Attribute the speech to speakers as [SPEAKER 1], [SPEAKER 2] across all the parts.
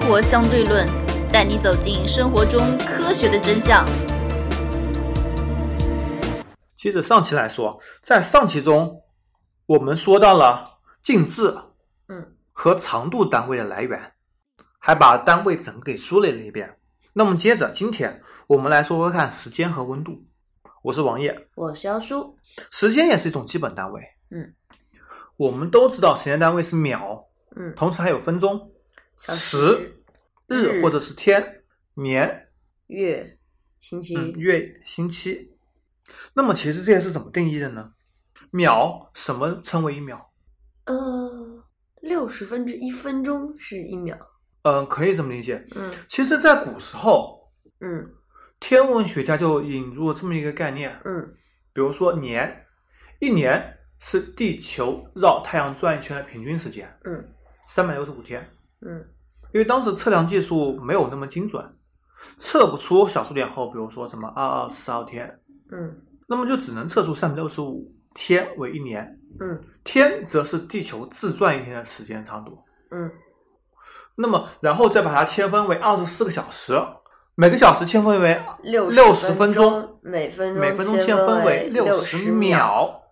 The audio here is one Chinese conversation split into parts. [SPEAKER 1] 活相对论，带你走进生活中科学的真相。
[SPEAKER 2] 接着上期来说，在上期中，我们说到了静置
[SPEAKER 1] 嗯
[SPEAKER 2] 和长度单位的来源，还把单位整个给梳理了一遍。那么接着，今天我们来说说看时间和温度。我是王烨，
[SPEAKER 1] 我是妖叔，
[SPEAKER 2] 时间也是一种基本单位。
[SPEAKER 1] 嗯，
[SPEAKER 2] 我们都知道时间单位是秒，
[SPEAKER 1] 嗯，
[SPEAKER 2] 同时还有分钟、
[SPEAKER 1] 小
[SPEAKER 2] 时日
[SPEAKER 1] 日
[SPEAKER 2] 或者是天、年、
[SPEAKER 1] 月、星期
[SPEAKER 2] 嗯，月、星期。那么其实这些是怎么定义的呢？秒什么称为一秒？
[SPEAKER 1] 呃，六十分之一分钟是一秒。
[SPEAKER 2] 嗯、可以这么理解。
[SPEAKER 1] 嗯
[SPEAKER 2] 其实，在古时候，
[SPEAKER 1] 嗯
[SPEAKER 2] 天文学家就引入了这么一个概念，
[SPEAKER 1] 嗯
[SPEAKER 2] 比如说年，一年是地球绕太阳转一圈的平均时间，
[SPEAKER 1] 嗯
[SPEAKER 2] 三百六十五天。
[SPEAKER 1] 嗯
[SPEAKER 2] 因为当时测量技术没有那么精准，测不出小数点后，比如说什么二二四二天，
[SPEAKER 1] 嗯
[SPEAKER 2] 那么就只能测出三百六十五天为一年。
[SPEAKER 1] 嗯
[SPEAKER 2] 天则是地球自转一天的时间长度。
[SPEAKER 1] 嗯
[SPEAKER 2] 那么，然后再把它切分为二十四个小时，每个小时切分为
[SPEAKER 1] 六
[SPEAKER 2] 60分
[SPEAKER 1] 钟
[SPEAKER 2] 钟，
[SPEAKER 1] 每分
[SPEAKER 2] 每分钟
[SPEAKER 1] 切
[SPEAKER 2] 切分为
[SPEAKER 1] 六
[SPEAKER 2] 十
[SPEAKER 1] 秒。
[SPEAKER 2] 秒，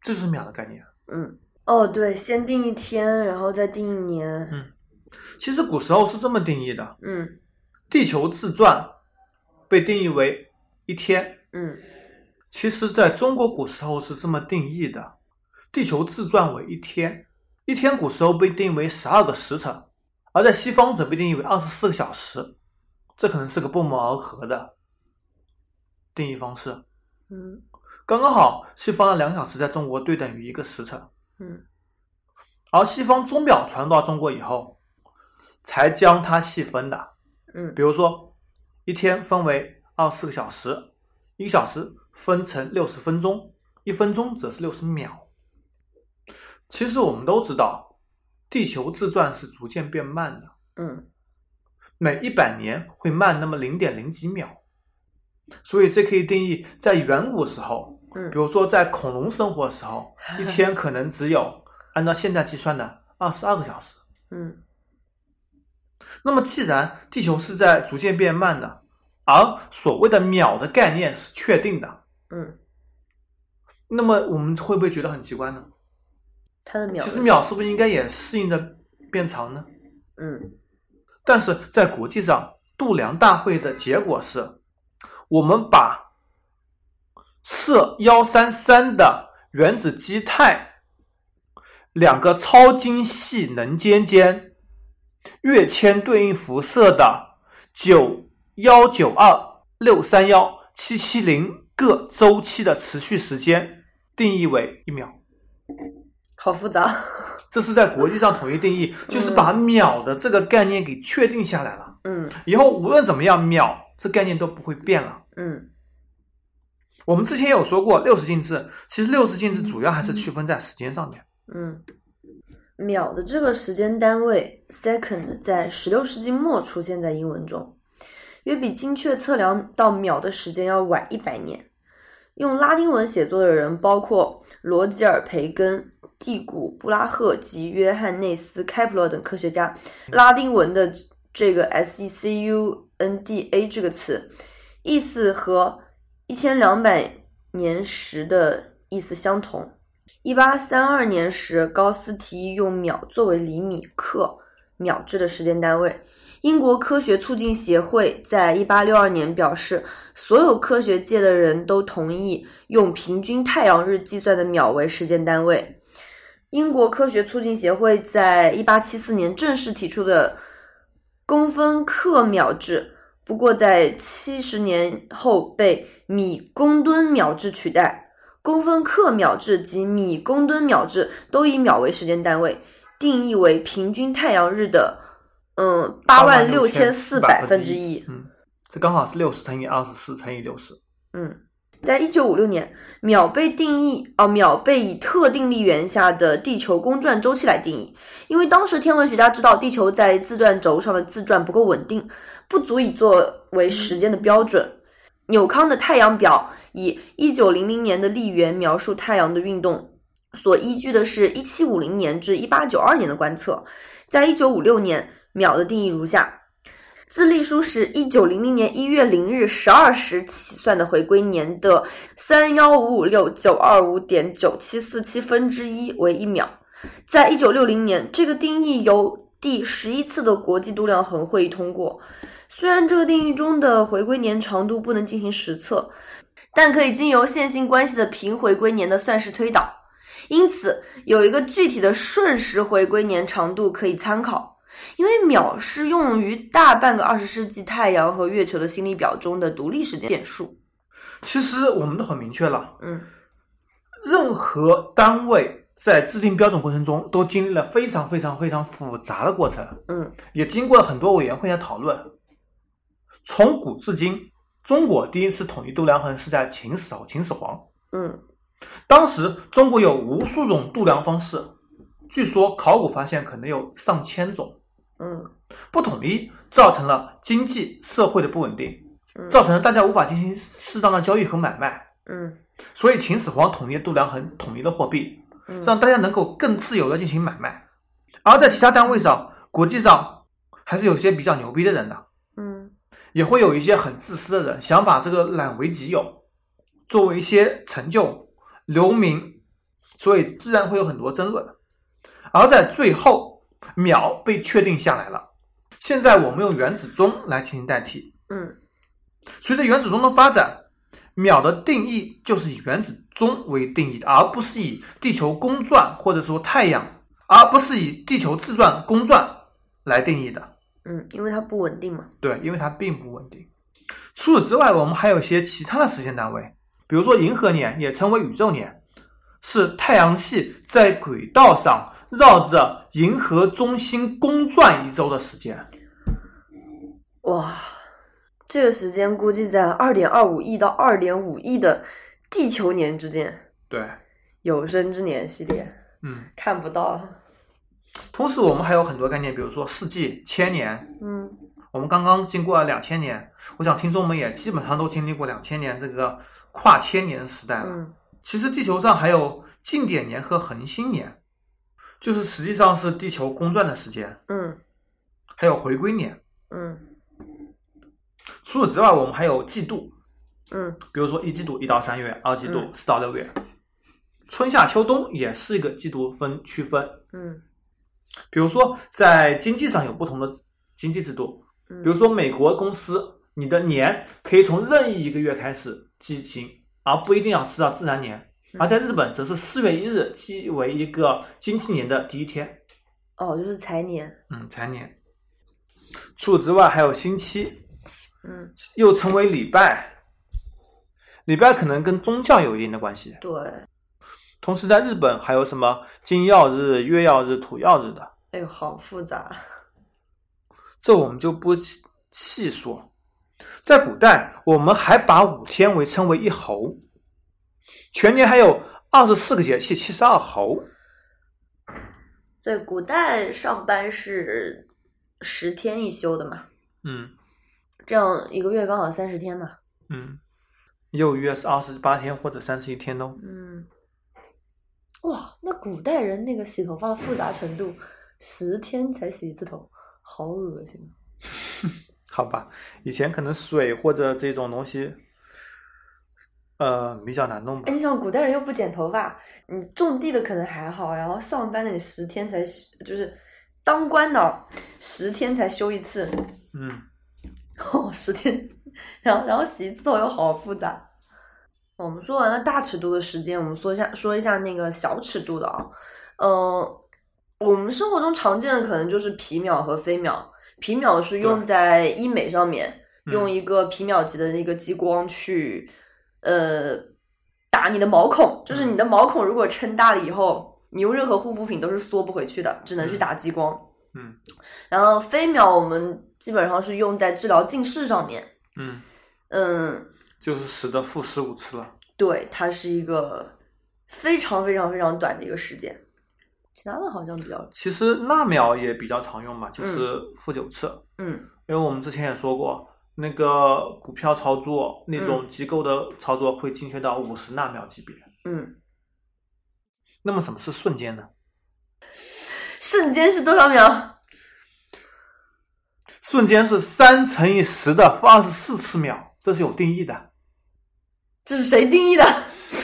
[SPEAKER 2] 这就是秒的概念。
[SPEAKER 1] 嗯，哦对，先定一天，然后再定一年。
[SPEAKER 2] 其实古时候是这么定义的：
[SPEAKER 1] 嗯
[SPEAKER 2] 地球自转被定义为一天。
[SPEAKER 1] 嗯
[SPEAKER 2] 其实，在中国古时候是这么定义的：地球自转为一天，一天古时候被定义为十二个时辰，而在西方则被定义为二十四个小时。这可能是个不谋而合的定义方式。
[SPEAKER 1] 嗯
[SPEAKER 2] 刚刚好，西方的两个小时在中国对等于一个时辰，
[SPEAKER 1] 嗯
[SPEAKER 2] 而西方钟表传入到中国以后，才将它细分的。
[SPEAKER 1] 嗯
[SPEAKER 2] 比如说，一天分为二十四个小时，一个小时分成六十分钟，一分钟则是六十秒。其实我们都知道，地球自转是逐渐变慢的，
[SPEAKER 1] 嗯
[SPEAKER 2] 每一百年会慢那么零点零几秒，所以这可以定义在远古时候，
[SPEAKER 1] 嗯
[SPEAKER 2] 比如说在恐龙生活的时候，一天可能只有按照现在计算的二十二个小时。
[SPEAKER 1] 嗯
[SPEAKER 2] 那么，既然地球是在逐渐变慢的，而所谓的秒的概念是确定的，
[SPEAKER 1] 嗯，
[SPEAKER 2] 那么我们会不会觉得很奇怪呢？
[SPEAKER 1] 它的秒
[SPEAKER 2] 其实秒是不是应该也适应的变长呢？
[SPEAKER 1] 嗯
[SPEAKER 2] 但是在国际上，度量大会的结果是，我们把铯幺三三的原子基态两个超精细能尖间跃迁对应辐射的九幺九二六三幺七七零个周期的持续时间定义为一秒。
[SPEAKER 1] 好复杂。
[SPEAKER 2] 这是在国际上统一定义，就是把秒的这个概念给确定下来了。
[SPEAKER 1] 嗯
[SPEAKER 2] 以后无论怎么样，秒这概念都不会变了。
[SPEAKER 1] 嗯
[SPEAKER 2] 我们之前有说过，六十进制，其实六十进制主要还是区分在时间上面。
[SPEAKER 1] 嗯，秒的这个时间单位 second 在十六世纪末出现在英文中，约比精确测量到秒的时间要晚一百年。用拉丁文写作的人包括罗吉尔·培根、蒂古·布拉赫及约翰内斯·开普勒等科学家。拉丁文的这个 S E C U N D A 这个词，意思和一千两百年时的意思相同。一八三二年时，高斯提议用秒作为厘米、克、秒制的时间单位。英国科学促进协会在1862年表示，所有科学界的人都同意用平均太阳日计算的秒为时间单位。英国科学促进协会在1874年正式提出的公分克秒制，不过在70年后被米公吨秒制取代。公分克秒制及米公吨秒制都以秒为时间单位，定义为平均太阳日的嗯八万六千四百分之一。
[SPEAKER 2] 嗯，这刚好是六十乘以二十四乘以六十。
[SPEAKER 1] 嗯，在一九五六年，秒被定义哦，秒被以特定力源下的地球公转周期来定义，因为当时天文学家知道地球在自转轴上的自转不够稳定，不足以作为时间的标准。纽康的太阳表以一九零零年的力源描述太阳的运动，所依据的是一七五零年至一八九二年的观测。在一九五六年，秒的定义如下：自隶书时一九零零年一月零日十二时起算的回归年的三幺五五六九二五点九七四七分之一为一秒。在一九六零年，这个定义由第十一次的国际度量衡会议通过。虽然这个定义中的回归年长度不能进行实测，但可以经由线性关系的平回归年的算式推导。因此，有一个具体的瞬时回归年长度可以参考。因为秒是用于大半个二十世纪太阳和月球的心理表中的独立时间变数。
[SPEAKER 2] 其实我们都很明确了，
[SPEAKER 1] 嗯，
[SPEAKER 2] 任何单位在制定标准过程中都经历了非常非常非常复杂的过程，
[SPEAKER 1] 嗯，
[SPEAKER 2] 也经过了很多委员会的讨论。从古至今，中国第一次统一度量衡是在秦始皇，秦始皇
[SPEAKER 1] 嗯
[SPEAKER 2] 当时中国有无数种度量方式，据说考古发现可能有上千种。
[SPEAKER 1] 嗯
[SPEAKER 2] 不统一造成了经济社会的不稳定，
[SPEAKER 1] 嗯
[SPEAKER 2] 造成了大家无法进行适当的交易和买卖。
[SPEAKER 1] 嗯
[SPEAKER 2] 所以秦始皇统一度量衡，统一了货币，
[SPEAKER 1] 嗯
[SPEAKER 2] 让大家能够更自由的进行买卖。而在其他单位上，国际上还是有些比较牛逼的人的，
[SPEAKER 1] 嗯
[SPEAKER 2] 也会有一些很自私的人，想把这个揽为己有，作为一些成就留名，所以自然会有很多争论。而在最后，秒被确定下来了。现在我们用原子钟来进行代替。
[SPEAKER 1] 嗯
[SPEAKER 2] 随着原子钟的发展，秒的定义就是以原子钟为定义的，而不是以地球公转或者说太阳，而不是以地球自转公转来定义的。
[SPEAKER 1] 嗯，因为它不稳定嘛。
[SPEAKER 2] 对，因为它并不稳定。除此之外，我们还有一些其他的时间单位，比如说银河年，也称为宇宙年，是太阳系在轨道上绕着银河中心公转一周的时间。
[SPEAKER 1] 哇，这个时间估计在二点二五亿到二点五亿的地球年之间，
[SPEAKER 2] 对，
[SPEAKER 1] 有生之年系列
[SPEAKER 2] 嗯。
[SPEAKER 1] 看不到。
[SPEAKER 2] 同时，我们还有很多概念，比如说世纪、千年。
[SPEAKER 1] 嗯
[SPEAKER 2] 我们刚刚经过了两千年，我想听众们也基本上都经历过两千年这个跨千年时代了。
[SPEAKER 1] 嗯
[SPEAKER 2] 其实地球上还有近点年和恒星年，就是实际上是地球公转的时间，
[SPEAKER 1] 嗯
[SPEAKER 2] 还有回归年。
[SPEAKER 1] 嗯
[SPEAKER 2] 除此之外，我们还有季度，
[SPEAKER 1] 嗯
[SPEAKER 2] 比如说一季度一到三月，二季度
[SPEAKER 1] 嗯
[SPEAKER 2] 四到六月，春夏秋冬也是一个季度分区分。
[SPEAKER 1] 嗯
[SPEAKER 2] 比如说在经济上有不同的经济制度，
[SPEAKER 1] 嗯，
[SPEAKER 2] 比如说美国公司，你的年可以从任意一个月开始计行，而不一定要吃到自然年。
[SPEAKER 1] 嗯
[SPEAKER 2] 而在日本，则是四月一日即为一个经济年的第一天。
[SPEAKER 1] 哦，就是财年。
[SPEAKER 2] 嗯，财年。除此之外，还有星期，
[SPEAKER 1] 嗯，
[SPEAKER 2] 又称为礼拜。礼拜可能跟宗教有一定的关系。
[SPEAKER 1] 对。
[SPEAKER 2] 同时，在日本还有什么金曜日、月曜日、土曜日的，
[SPEAKER 1] 哎呦，好复杂。
[SPEAKER 2] 这我们就不细细说。在古代，我们还把五天为称为一候，全年还有二十四个节气，七十二候。
[SPEAKER 1] 对，古代上班是十天一休的嘛，
[SPEAKER 2] 嗯
[SPEAKER 1] 这样一个月刚好三十天嘛。
[SPEAKER 2] 嗯，又约是二十八天或者三十一天哦。
[SPEAKER 1] 嗯，哇，那古代人那个洗头发的复杂程度，十天才洗一次头，好恶心啊。
[SPEAKER 2] 好吧，以前可能水或者这种东西，呃，比较难弄吧
[SPEAKER 1] 哎，。你想，古代人又不剪头发，你种地的可能还好，然后上班的你十天才休，就是当官的十天才休一次，
[SPEAKER 2] 嗯，
[SPEAKER 1] 哦， 十天，然后然后洗一次头又好复杂。我们说完了大尺度的时间，我们说一下说一下那个小尺度的啊、嗯、我们生活中常见的可能就是皮秒和飞秒。皮秒是用
[SPEAKER 2] 对
[SPEAKER 1] 在医美上面，
[SPEAKER 2] 嗯
[SPEAKER 1] 用一个皮秒级的那个激光去，呃，打你的毛孔，就是你的毛孔如果撑大了以后，你用任何护肤品都是缩不回去的，只能去
[SPEAKER 2] 嗯
[SPEAKER 1] 打激光。
[SPEAKER 2] 嗯
[SPEAKER 1] 然后飞秒我们基本上是用在治疗近视上面。
[SPEAKER 2] 嗯，
[SPEAKER 1] 嗯，
[SPEAKER 2] 就是十的负十五次了。
[SPEAKER 1] 对，它是一个非常非常非常短的一个时间。其他的好像比较，
[SPEAKER 2] 其实纳秒也比较常用嘛，就是负九次。
[SPEAKER 1] 嗯
[SPEAKER 2] 因为我们之前也说过，那个股票操作那种机构的操作会精确到五十纳秒级别。
[SPEAKER 1] 嗯，
[SPEAKER 2] 那么什么是瞬间呢？
[SPEAKER 1] 瞬间是多少秒？
[SPEAKER 2] 瞬间是三乘以十的负二十四次秒，这是有定义的，
[SPEAKER 1] 这是谁定义的？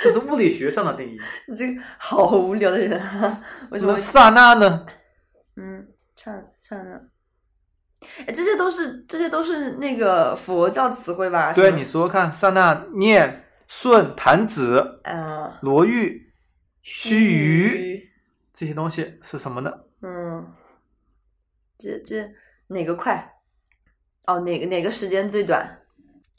[SPEAKER 2] 这是物理学上的定义。
[SPEAKER 1] 你这个好无聊的人啊！为什么
[SPEAKER 2] 那？刹那呢？
[SPEAKER 1] 嗯，刹刹那。哎，这些都是这些都是那个佛教词汇吧？
[SPEAKER 2] 对，
[SPEAKER 1] 什么
[SPEAKER 2] 你说说看，刹那念顺弹指
[SPEAKER 1] 啊，
[SPEAKER 2] 罗玉须臾
[SPEAKER 1] 鱼，
[SPEAKER 2] 这些东西是什么呢？
[SPEAKER 1] 嗯，这这哪个快？哦，哪个哪个时间最短？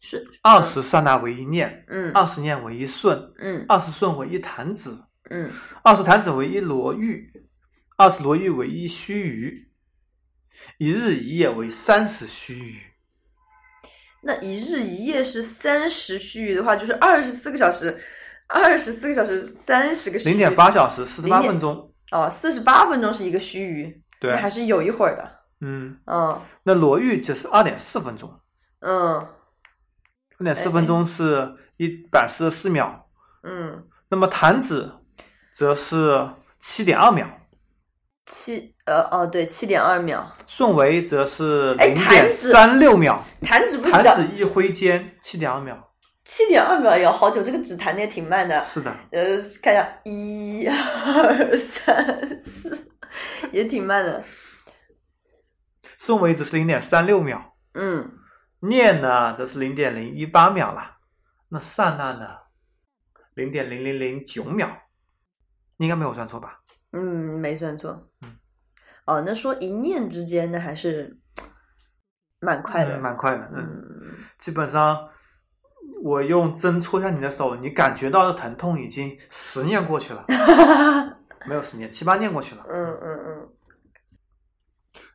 [SPEAKER 1] 是
[SPEAKER 2] 二十刹那为一念，
[SPEAKER 1] 嗯
[SPEAKER 2] 二十念为一瞬，
[SPEAKER 1] 嗯
[SPEAKER 2] 二十瞬为一弹指，
[SPEAKER 1] 嗯
[SPEAKER 2] 二十弹指为一罗玉，二十罗玉为一须臾，一日一夜为三十须臾。
[SPEAKER 1] 那一日一夜是三十须臾的话，就是二十四个小时，二十四个小时三十个须臾。
[SPEAKER 2] 零点八小时四十八
[SPEAKER 1] 0.8
[SPEAKER 2] 分钟，
[SPEAKER 1] 哦，四十八分钟是一个须臾，
[SPEAKER 2] 对
[SPEAKER 1] 那，还是有一会儿的。
[SPEAKER 2] 嗯，
[SPEAKER 1] 嗯
[SPEAKER 2] 那罗玉就是二点四分钟，
[SPEAKER 1] 嗯
[SPEAKER 2] 二点四分钟是一百四十四秒，
[SPEAKER 1] 嗯，
[SPEAKER 2] 那么弹指则是七点二秒，
[SPEAKER 1] 七呃哦对，七点二秒。
[SPEAKER 2] 顺为则是
[SPEAKER 1] 哎
[SPEAKER 2] 零
[SPEAKER 1] 弹
[SPEAKER 2] 点
[SPEAKER 1] 指
[SPEAKER 2] 三六秒，
[SPEAKER 1] 弹指不是
[SPEAKER 2] 弹
[SPEAKER 1] 讲
[SPEAKER 2] 指一挥间七点二秒，
[SPEAKER 1] 七点二秒也要好久，这个指弹的也挺慢的。
[SPEAKER 2] 是的，
[SPEAKER 1] 呃，看一下，一、二、三、四，也挺慢的。
[SPEAKER 2] 顺为则是零点三六秒，
[SPEAKER 1] 嗯，
[SPEAKER 2] 念呢则是零点零一八秒了，那刹那呢，零点零零零九秒，应该没有算错吧？
[SPEAKER 1] 嗯，没算错。
[SPEAKER 2] 嗯，
[SPEAKER 1] 哦，那说一念之间，那还是蛮快的。
[SPEAKER 2] 嗯蛮快的，嗯。
[SPEAKER 1] 嗯，
[SPEAKER 2] 基本上我用针戳一下你的手，你感觉到的疼痛已经十年过去了，没有十年，七八年过去了。
[SPEAKER 1] 嗯嗯嗯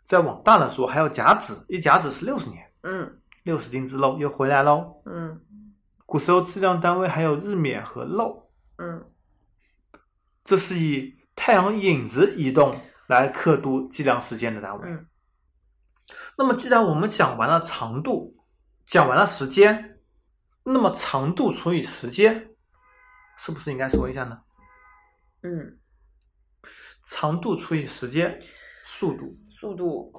[SPEAKER 2] 再往大了说，还有甲子，一甲子是六十年，
[SPEAKER 1] 嗯
[SPEAKER 2] 六十斤之肉又回来喽。
[SPEAKER 1] 嗯
[SPEAKER 2] 古时候质量单位还有日冕和漏，
[SPEAKER 1] 嗯，
[SPEAKER 2] 这是以太阳影子移动来刻度计量时间的单位。
[SPEAKER 1] 嗯
[SPEAKER 2] 那么，既然我们讲完了长度，讲完了时间，那么长度除以时间，是不是应该说一下呢？
[SPEAKER 1] 嗯，
[SPEAKER 2] 长度除以时间，速度。
[SPEAKER 1] 速度，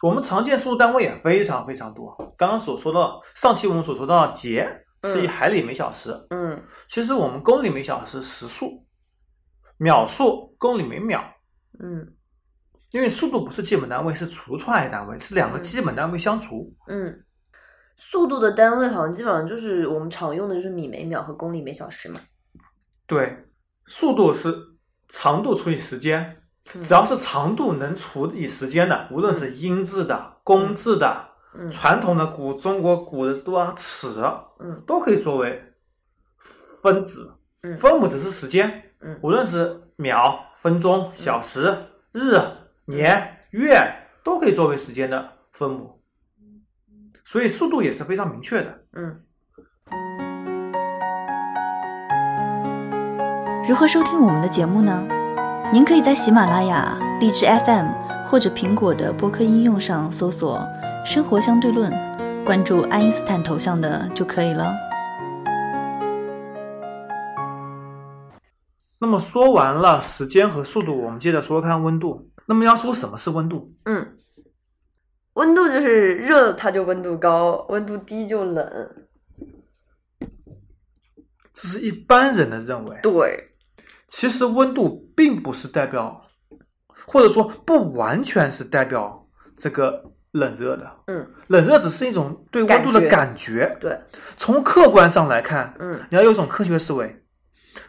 [SPEAKER 2] 我们常见速度单位也非常非常多。刚刚所说到，上期我们所说到的节是以
[SPEAKER 1] 嗯
[SPEAKER 2] 海里每小时，
[SPEAKER 1] 嗯
[SPEAKER 2] 其实我们公里每小时时速，秒速公里每秒，
[SPEAKER 1] 嗯
[SPEAKER 2] 因为速度不是基本单位，是除出来的单位，是两个
[SPEAKER 1] 嗯
[SPEAKER 2] 基本单位相除。
[SPEAKER 1] 嗯，速度的单位好像基本上就是我们常用的就是米每秒和公里每小时嘛。
[SPEAKER 2] 对，速度是长度除以时间，
[SPEAKER 1] 嗯
[SPEAKER 2] 只要是长度能除以时间的，无论是英制的、公制的、
[SPEAKER 1] 嗯
[SPEAKER 2] 传统的古中国古的多少尺，
[SPEAKER 1] 嗯
[SPEAKER 2] 都可以作为分子。
[SPEAKER 1] 嗯
[SPEAKER 2] 分母只是时间，
[SPEAKER 1] 嗯
[SPEAKER 2] 无论是秒、分钟、小时、日、年、月，都可以作为时间的分母。所以速度也是非常明确的。
[SPEAKER 1] 嗯
[SPEAKER 3] 如何收听我们的节目呢？您可以在喜马拉雅、荔枝 FM 或者苹果的播客应用上搜索“生活相对论”，关注爱因斯坦头像的就可以了。
[SPEAKER 2] 那么说完了时间和速度，我们接着说看温度。那么要说什么是温度？
[SPEAKER 1] 嗯，温度就是热它就温度高，温度低就冷。
[SPEAKER 2] 这是一般人的认为。
[SPEAKER 1] 对，
[SPEAKER 2] 其实温度并不是代表，或者说不完全是代表这个冷热的。
[SPEAKER 1] 嗯
[SPEAKER 2] 冷热只是一种对温度的感
[SPEAKER 1] 感
[SPEAKER 2] 觉。
[SPEAKER 1] 对，
[SPEAKER 2] 从客观上来看，
[SPEAKER 1] 嗯
[SPEAKER 2] 你要有一种科学思维。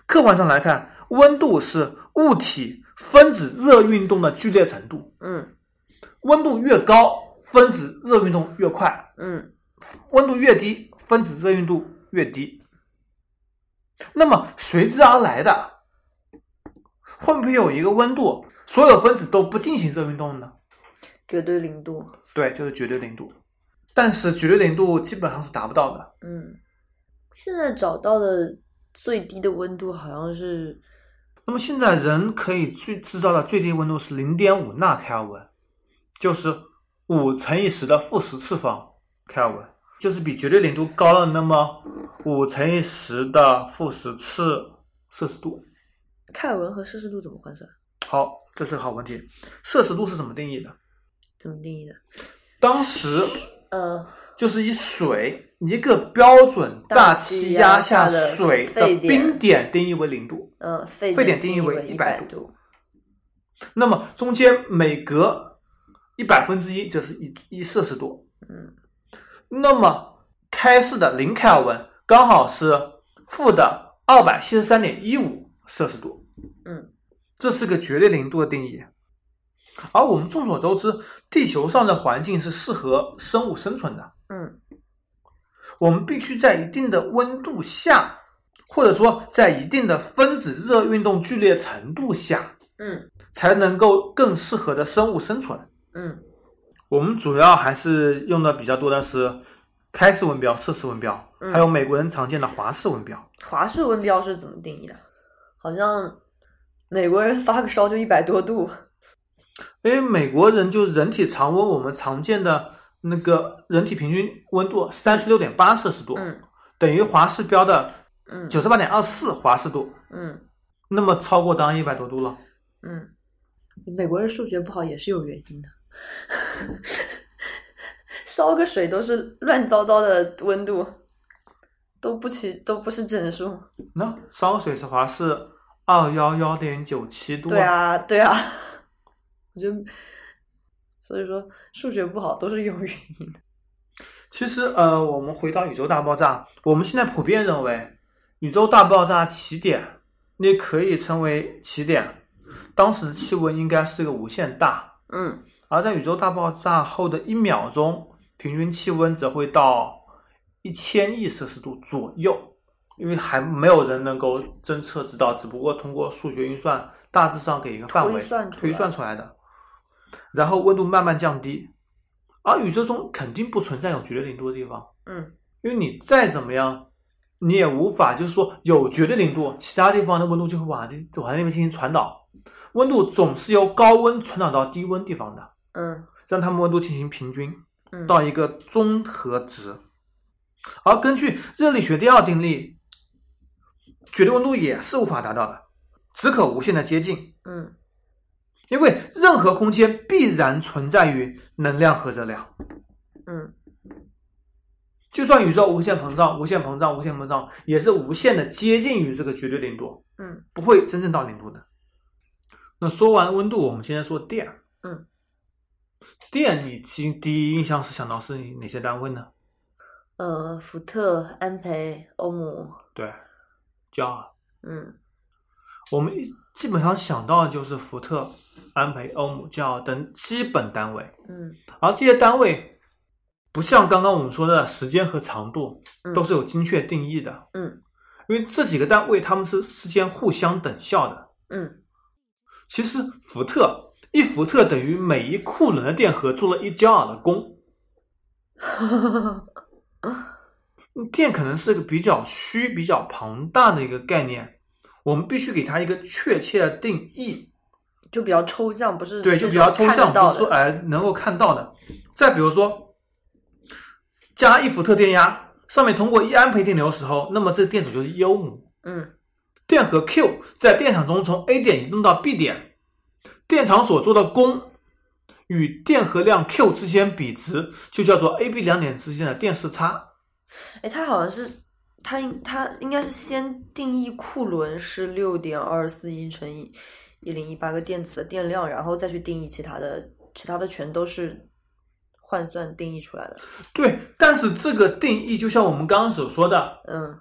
[SPEAKER 2] 客观上来看，温度是物体分子热运动的剧烈程度，
[SPEAKER 1] 嗯
[SPEAKER 2] 温度越高，分子热运动越快；
[SPEAKER 1] 嗯
[SPEAKER 2] 温度越低，分子热运动越低。那么随之而来的，会不会有一个温度，所有分子都不进行热运动呢？
[SPEAKER 1] 绝对零度。
[SPEAKER 2] 对，就是绝对零度。但是绝对零度基本上是达不到的。
[SPEAKER 1] 嗯，现在找到的最低的温度好像是，
[SPEAKER 2] 那么现在人可以最制造的最低温度是零点五纳开尔文，就是五乘以十的负十次方开尔文，就是比绝对零度高了那么五乘以十的负十次摄氏度。
[SPEAKER 1] 开尔文和摄氏度怎么换算？
[SPEAKER 2] 好，这是个好问题。摄氏度是怎么定义的？
[SPEAKER 1] 怎么定义的？
[SPEAKER 2] 当时
[SPEAKER 1] 呃，
[SPEAKER 2] 就是以水一个标准大气压下水的冰点定义为零度，
[SPEAKER 1] 呃，沸
[SPEAKER 2] 沸
[SPEAKER 1] 点
[SPEAKER 2] 点定义为
[SPEAKER 1] 一
[SPEAKER 2] 100
[SPEAKER 1] 度。
[SPEAKER 2] 那么中间每隔一百分之一就是一一摄氏度。
[SPEAKER 1] 嗯，
[SPEAKER 2] 那么开市的零开尔文刚好是负的二百七十三点一五摄氏度。
[SPEAKER 1] 嗯，
[SPEAKER 2] 这是个绝对零度的定义。而我们众所周知，地球上的环境是适合生物生存的。
[SPEAKER 1] 嗯
[SPEAKER 2] 我们必须在一定的温度下，或者说在一定的分子热运动剧烈程度下，
[SPEAKER 1] 嗯
[SPEAKER 2] 才能够更适合的生物生存。
[SPEAKER 1] 嗯
[SPEAKER 2] 我们主要还是用的比较多的是开式文标、摄氏文标，
[SPEAKER 1] 嗯
[SPEAKER 2] 还有美国人常见的华氏文标。
[SPEAKER 1] 华氏温标是怎么定义的？好像美国人发个烧就一百多度。
[SPEAKER 2] 因为美国人就人体常温，我们常见的那个人体平均温度三十六点八摄氏度，
[SPEAKER 1] 嗯
[SPEAKER 2] 等于华氏标的
[SPEAKER 1] 嗯
[SPEAKER 2] 九十八点二四华氏度，
[SPEAKER 1] 嗯
[SPEAKER 2] 那么超过当然一百多度了。
[SPEAKER 1] 嗯，美国人数学不好也是有原因的。 烧个水都是乱糟糟的温度，都不取都不是整数。
[SPEAKER 2] 那烧水是华氏二幺幺点九七度、
[SPEAKER 1] 对，啊，对啊， 我觉得，所以说数学不好都是有原因的。
[SPEAKER 2] 其实呃，我们回到宇宙大爆炸，我们现在普遍认为宇宙大爆炸起点，也可以称为起点，当时气温应该是个无限大，
[SPEAKER 1] 嗯
[SPEAKER 2] 而在宇宙大爆炸后的一秒钟，平均气温则会到一千亿摄氏度左右，因为还没有人能够侦测知道，只不过通过数学运算大致上给一个范围
[SPEAKER 1] 推算出来
[SPEAKER 2] 推算出来的。然后温度慢慢降低，而宇宙中肯定不存在有绝对零度的地方，
[SPEAKER 1] 嗯
[SPEAKER 2] 因为你再怎么样，你也无法就是说有绝对零度，其他地方的温度就会往这往那边进行传导，温度总是由高温传导到低温地方的。
[SPEAKER 1] 嗯
[SPEAKER 2] 让它们温度进行平均
[SPEAKER 1] 嗯，
[SPEAKER 2] 到一个综合值。而根据热力学第二定律，绝对温度也是无法达到的，只可无限的接近，
[SPEAKER 1] 嗯
[SPEAKER 2] 因为任何空间必然存在于能量和热量。
[SPEAKER 1] 嗯
[SPEAKER 2] 就算宇宙无限膨胀、无限膨胀、无限膨胀，也是无限的接近于这个绝对零度，
[SPEAKER 1] 嗯
[SPEAKER 2] 不会真正到零度的。那说完温度，我们现在说电。
[SPEAKER 1] 嗯，
[SPEAKER 2] 电你第第一印象是想到是哪些单位呢？
[SPEAKER 1] 呃，福特、安培、欧姆，
[SPEAKER 2] 对，焦耳。
[SPEAKER 1] 嗯
[SPEAKER 2] 我们一基本上想到的就是福特、安培、欧姆、焦耳等基本单位，
[SPEAKER 1] 嗯
[SPEAKER 2] 而这些单位不像刚刚我们说的时间和长度
[SPEAKER 1] 嗯
[SPEAKER 2] 都是有精确定义的，
[SPEAKER 1] 嗯
[SPEAKER 2] 因为这几个单位它们是之间互相等效的。
[SPEAKER 1] 嗯
[SPEAKER 2] 其实福特一福特等于每一库仑的电荷做了一焦耳的功。电可能是个比较虚、比较庞大的一个概念，我们必须给它一个确切的定义。
[SPEAKER 1] 就比较抽象，不是
[SPEAKER 2] 对，就
[SPEAKER 1] 那
[SPEAKER 2] 比较
[SPEAKER 1] 种
[SPEAKER 2] 抽
[SPEAKER 1] 看得
[SPEAKER 2] 象，不
[SPEAKER 1] 到
[SPEAKER 2] 是说
[SPEAKER 1] 的。
[SPEAKER 2] 哎能够看到的。再比如说，加一伏特电压，上面通过一安培电流的时候，那么这电阻就是一欧姆。
[SPEAKER 1] 嗯
[SPEAKER 2] 电荷 Q 在电场中从 A 点移动到 B 点，电场所做的功与电荷量 Q 之间比值就叫做 A、B 两点之间的电势差。
[SPEAKER 1] 哎，它好像是它应它应该是先定义库仑是六点二四一乘以一零一八个电子的电量，然后再去定义其他的，其他的全都是换算定义出来的。
[SPEAKER 2] 对，但是这个定义就像我们刚刚所说的，
[SPEAKER 1] 嗯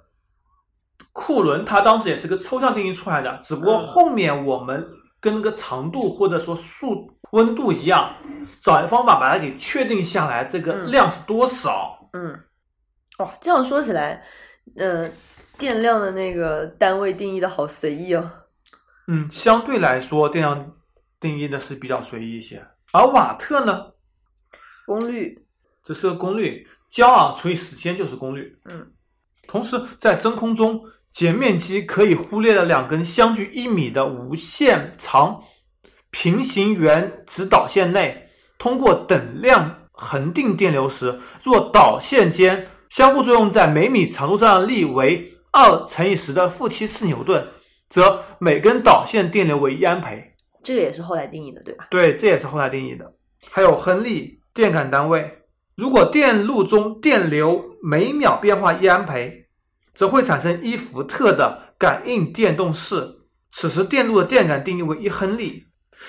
[SPEAKER 2] 库仑它当时也是个抽象定义出来的，只不过
[SPEAKER 1] 嗯
[SPEAKER 2] 后面我们跟那个长度或者说速温度一样，找一方法把它给确定下来，这个
[SPEAKER 1] 嗯
[SPEAKER 2] 量是多少。
[SPEAKER 1] 嗯，哇，这样说起来，呃，电量的那个单位定义的好随意哦。
[SPEAKER 2] 嗯，相对来说，电量定义的是比较随意一些。而瓦特呢，
[SPEAKER 1] 功率，
[SPEAKER 2] 这是个功率，焦耳除以时间就是功率。
[SPEAKER 1] 嗯
[SPEAKER 2] 同时，在真空中，截面积可以忽略了两根相距一米的无限长平行圆直导线内，通过等量恒定电流时，若导线间相互作用在每米长度上的力为二乘以十的负七四牛顿，则每根导线电流为一安培。
[SPEAKER 1] 这个也是后来定义的，对吧？
[SPEAKER 2] 对，这也是后来定义的。还有亨利电感单位。如果电路中电流每秒变化一安培，则会产生一伏特的感应电动势，此时电路的电感定义为一亨利。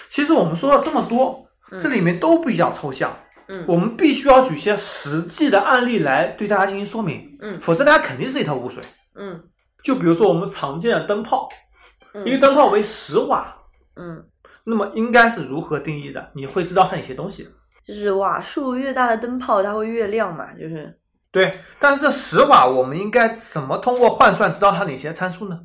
[SPEAKER 2] 其实我们说了这么多，
[SPEAKER 1] 嗯
[SPEAKER 2] 这里面都比较抽象，
[SPEAKER 1] 嗯
[SPEAKER 2] 我们必须要举一些实际的案例来对大家进行说明，
[SPEAKER 1] 嗯
[SPEAKER 2] 否则大家肯定是一头雾水。
[SPEAKER 1] 嗯
[SPEAKER 2] 就比如说我们常见的灯泡，
[SPEAKER 1] 嗯
[SPEAKER 2] 一个灯泡为十瓦，
[SPEAKER 1] 嗯，
[SPEAKER 2] 那么应该是如何定义的？你会知道它哪些东西？
[SPEAKER 1] 就是瓦数越大的灯泡，它会越亮嘛，就是
[SPEAKER 2] 对，但是这十瓦我们应该怎么通过换算知道它哪些参数呢？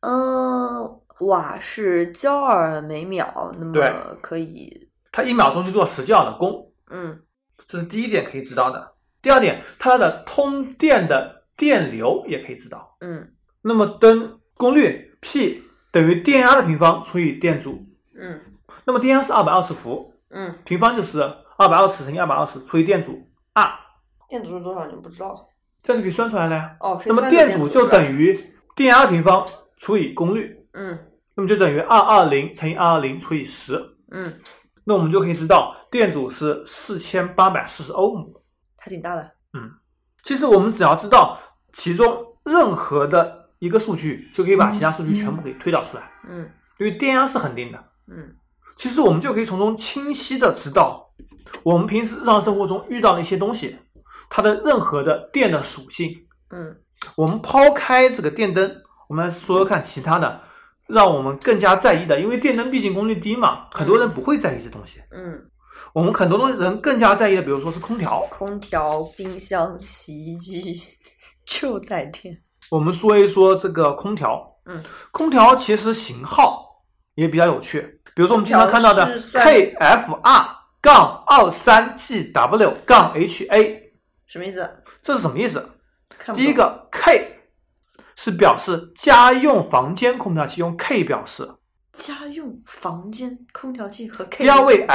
[SPEAKER 1] 嗯、瓦是焦耳每秒，那么
[SPEAKER 2] 对
[SPEAKER 1] 可以
[SPEAKER 2] 它一秒钟去做十焦耳的功，
[SPEAKER 1] 嗯
[SPEAKER 2] 这是第一点可以知道的。第二点，它的通电的电流也可以知道。
[SPEAKER 1] 嗯
[SPEAKER 2] 那么灯功率 P 等于电压的平方除以电阻，
[SPEAKER 1] 嗯
[SPEAKER 2] 那么电压是二百二十伏，
[SPEAKER 1] 嗯，
[SPEAKER 2] 平方就是二百二十乘以二百二十除以电阻 R，
[SPEAKER 1] 电阻是多少你不知道
[SPEAKER 2] 这是可以算出来的呀。
[SPEAKER 1] 哦？可以
[SPEAKER 2] 那么
[SPEAKER 1] 算
[SPEAKER 2] 电阻就等
[SPEAKER 1] 于
[SPEAKER 2] 于电压平方除以功率，
[SPEAKER 1] 嗯
[SPEAKER 2] 那么就等于二二零乘以二二零除以十。
[SPEAKER 1] 嗯，
[SPEAKER 2] 那我们就可以知道电阻是四千八百四十欧姆。
[SPEAKER 1] 还挺大的。
[SPEAKER 2] 其实我们只要知道其中任何的一个数据，就可以把其他数据全部给推导出来，
[SPEAKER 1] 嗯
[SPEAKER 2] 因为电压是恒定的。
[SPEAKER 1] 嗯
[SPEAKER 2] 其实我们就可以从中清晰的知道，我们平时日常生活中遇到的一些东西，它的任何的电的属性。
[SPEAKER 1] 嗯
[SPEAKER 2] 我们抛开这个电灯，我们来说说看其他的，让我们更加在意的，因为电灯毕竟功率低嘛，很多人不会在意这东西。
[SPEAKER 1] 嗯，
[SPEAKER 2] 我们很多东西人更加在意的，比如说是空调。
[SPEAKER 1] 空调、冰箱、洗衣机 就在电。
[SPEAKER 2] 我们说一说这个空调，
[SPEAKER 1] 嗯，
[SPEAKER 2] 空调其实型号也比较有趣，比如说我们经常看到
[SPEAKER 1] 空调
[SPEAKER 2] 的
[SPEAKER 1] 是算
[SPEAKER 2] KFR 杠二三 GW 杠 HA，
[SPEAKER 1] 什么意思？
[SPEAKER 2] 这是什么意思？
[SPEAKER 1] 看不懂
[SPEAKER 2] 第一，个 K 是表示家用房间空调器，用 K 表示。
[SPEAKER 1] 家用房间空调器和 K
[SPEAKER 2] 第二位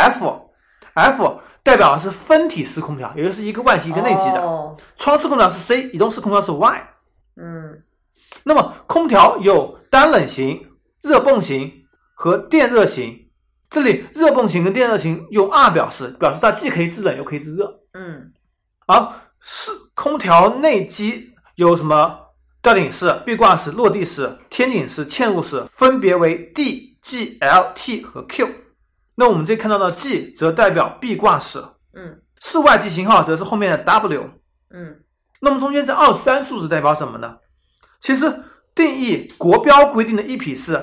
[SPEAKER 2] F，F 代表的是分体式空调，也就是一个外机一个内机的。
[SPEAKER 1] 哦、
[SPEAKER 2] 窗式空调是 C，移动式空调是 Y。
[SPEAKER 1] 嗯
[SPEAKER 2] 那么空调有单冷型、热泵型和电热型。这里热泵型跟电热型用 R 表示，表示它既可以制冷又可以制热。
[SPEAKER 1] 嗯
[SPEAKER 2] 而是空调内机有什么吊顶式、壁挂式、落地式、天井式、嵌入式，分别为 D、G、L、T 和 Q。那我们这看到的 G 则代表壁挂式，
[SPEAKER 1] 嗯
[SPEAKER 2] 室外机型号则是后面的 W。
[SPEAKER 1] 嗯
[SPEAKER 2] 那么中间这二三数字代表什么呢？其实定义国标规定的一匹是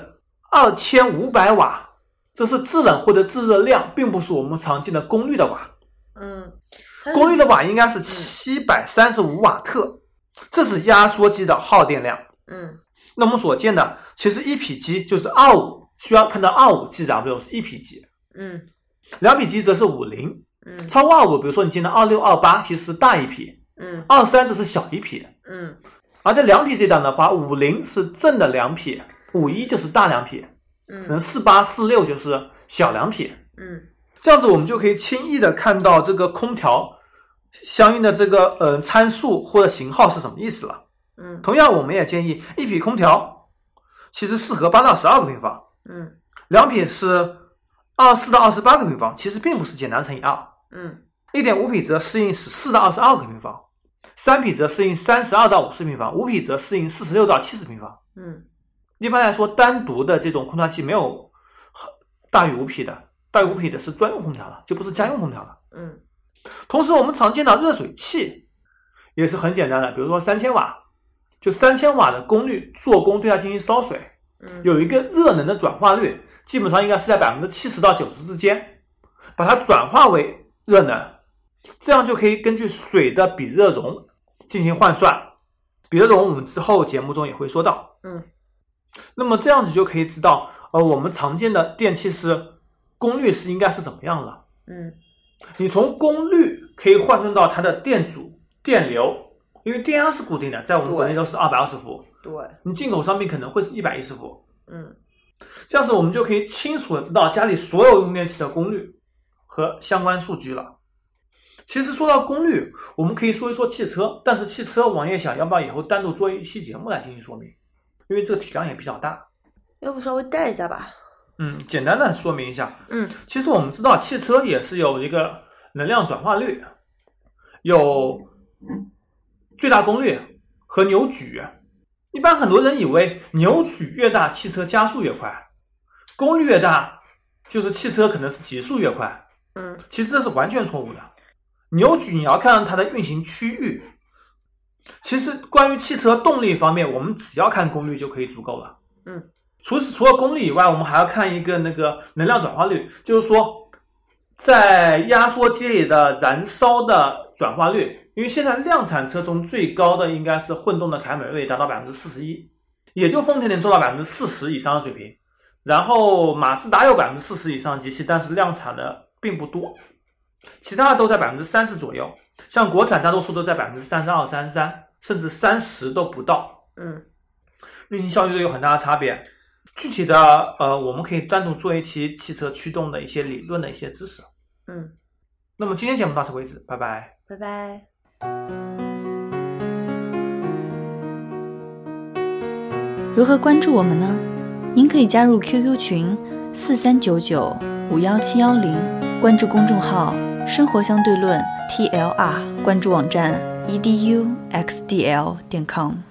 [SPEAKER 2] 二千五百瓦，这是制冷或者制热量，并不是我们常见的功率的瓦。
[SPEAKER 1] 嗯，
[SPEAKER 2] 功率的瓦应该是七百三十五瓦特，这是压缩机的耗电量。
[SPEAKER 1] 嗯
[SPEAKER 2] 那我们所见的，其实一匹机就是二五，需要看到二五 GW 是一匹机，
[SPEAKER 1] 嗯
[SPEAKER 2] 两匹机则是五零，
[SPEAKER 1] 嗯
[SPEAKER 2] 超过二五，比如说你见到二六、二八，其实是大一匹，
[SPEAKER 1] 嗯
[SPEAKER 2] 二三这是小一匹。
[SPEAKER 1] 嗯
[SPEAKER 2] 而在两匹这档的话，五零是正的两匹，五一就是大两匹，可能
[SPEAKER 1] 嗯
[SPEAKER 2] 四八、四六就是小两匹。
[SPEAKER 1] 嗯
[SPEAKER 2] 这样子我们就可以轻易的看到这个空调相应的这个呃参数或者型号是什么意思了。
[SPEAKER 1] 嗯
[SPEAKER 2] 同样，我们也建议一匹空调其实适合八到十二个平方，
[SPEAKER 1] 嗯
[SPEAKER 2] 两匹是二四到二十八个平方，其实并不是简单乘以二。
[SPEAKER 1] 嗯
[SPEAKER 2] 一点五匹则适应十四到二十二个平方，三匹则适应三十二到五十平方，五匹则适应四十六到七十平方。
[SPEAKER 1] 嗯
[SPEAKER 2] 一般来说，单独的这种空调器没有大于五匹的，大于五匹的是专用空调了，就不是家用空调了。
[SPEAKER 1] 嗯
[SPEAKER 2] 同时，我们常见到热水器也是很简单的，比如说三千瓦，就三千瓦的功率做功对它进行烧水，
[SPEAKER 1] 嗯，
[SPEAKER 2] 有一个热能的转化率，基本上应该是在百分之七十到九十之间，把它转化为热能，这样就可以根据水的比热容进行换算。比热容我们之后节目中也会说到。
[SPEAKER 1] 嗯，
[SPEAKER 2] 那么这样子就可以知道，呃，我们常见的电器是功率是应该是怎么样了。
[SPEAKER 1] 嗯
[SPEAKER 2] 你从功率可以换算到它的电阻、电流，因为电压是固定的，在我们国内都是二百二十伏，
[SPEAKER 1] 对，
[SPEAKER 2] 你进口商品可能会是一百一十伏，
[SPEAKER 1] 嗯
[SPEAKER 2] 这样子我们就可以清楚的知道家里所有用电器的功率和相关数据了。其实说到功率，我们可以说一说汽车，但是汽车王爷想要不要以后单独做一期节目来进行说明，因为这个体量也比较大。
[SPEAKER 1] 要不稍微带一下吧？
[SPEAKER 2] 嗯，简单的说明一下，
[SPEAKER 1] 嗯，
[SPEAKER 2] 其实我们知道汽车也是有一个能量转化率，有最大功率和扭矩。一般很多人以为扭矩越大，汽车加速越快；功率越大，就是汽车可能是极速越快。
[SPEAKER 1] 嗯
[SPEAKER 2] 其实这是完全错误的。扭矩你要看它的运行区域。其实关于汽车动力方面，我们只要看功率就可以足够了。
[SPEAKER 1] 嗯，
[SPEAKER 2] 除此除了功率以外，我们还要看一个那个能量转化率，就是说在压缩机里的燃烧的转化率。因为现在量产车中最高的应该是混动的凯美瑞，达到百分之四十一，也就丰田能做到百分之四十以上的水平。然后马自达有百分之四十以上的机器，但是量产的并不多，其他的都在百分之三十左右。像国产大多数都在百分之三十二、三三，甚至三十都不到，
[SPEAKER 1] 嗯
[SPEAKER 2] 运行效率都有很大的差别。具体的，呃，我们可以单独做一期汽车驱动的一些理论的一些知识。
[SPEAKER 1] 嗯，
[SPEAKER 2] 那么今天节目到此为止，拜拜。
[SPEAKER 1] 拜拜。
[SPEAKER 3] 如何关注我们呢？您可以加入 QQ 群四三九九五幺七幺零，关注公众号“生活 E 相对论 ”TLR，关注网站 edux dl 点 com。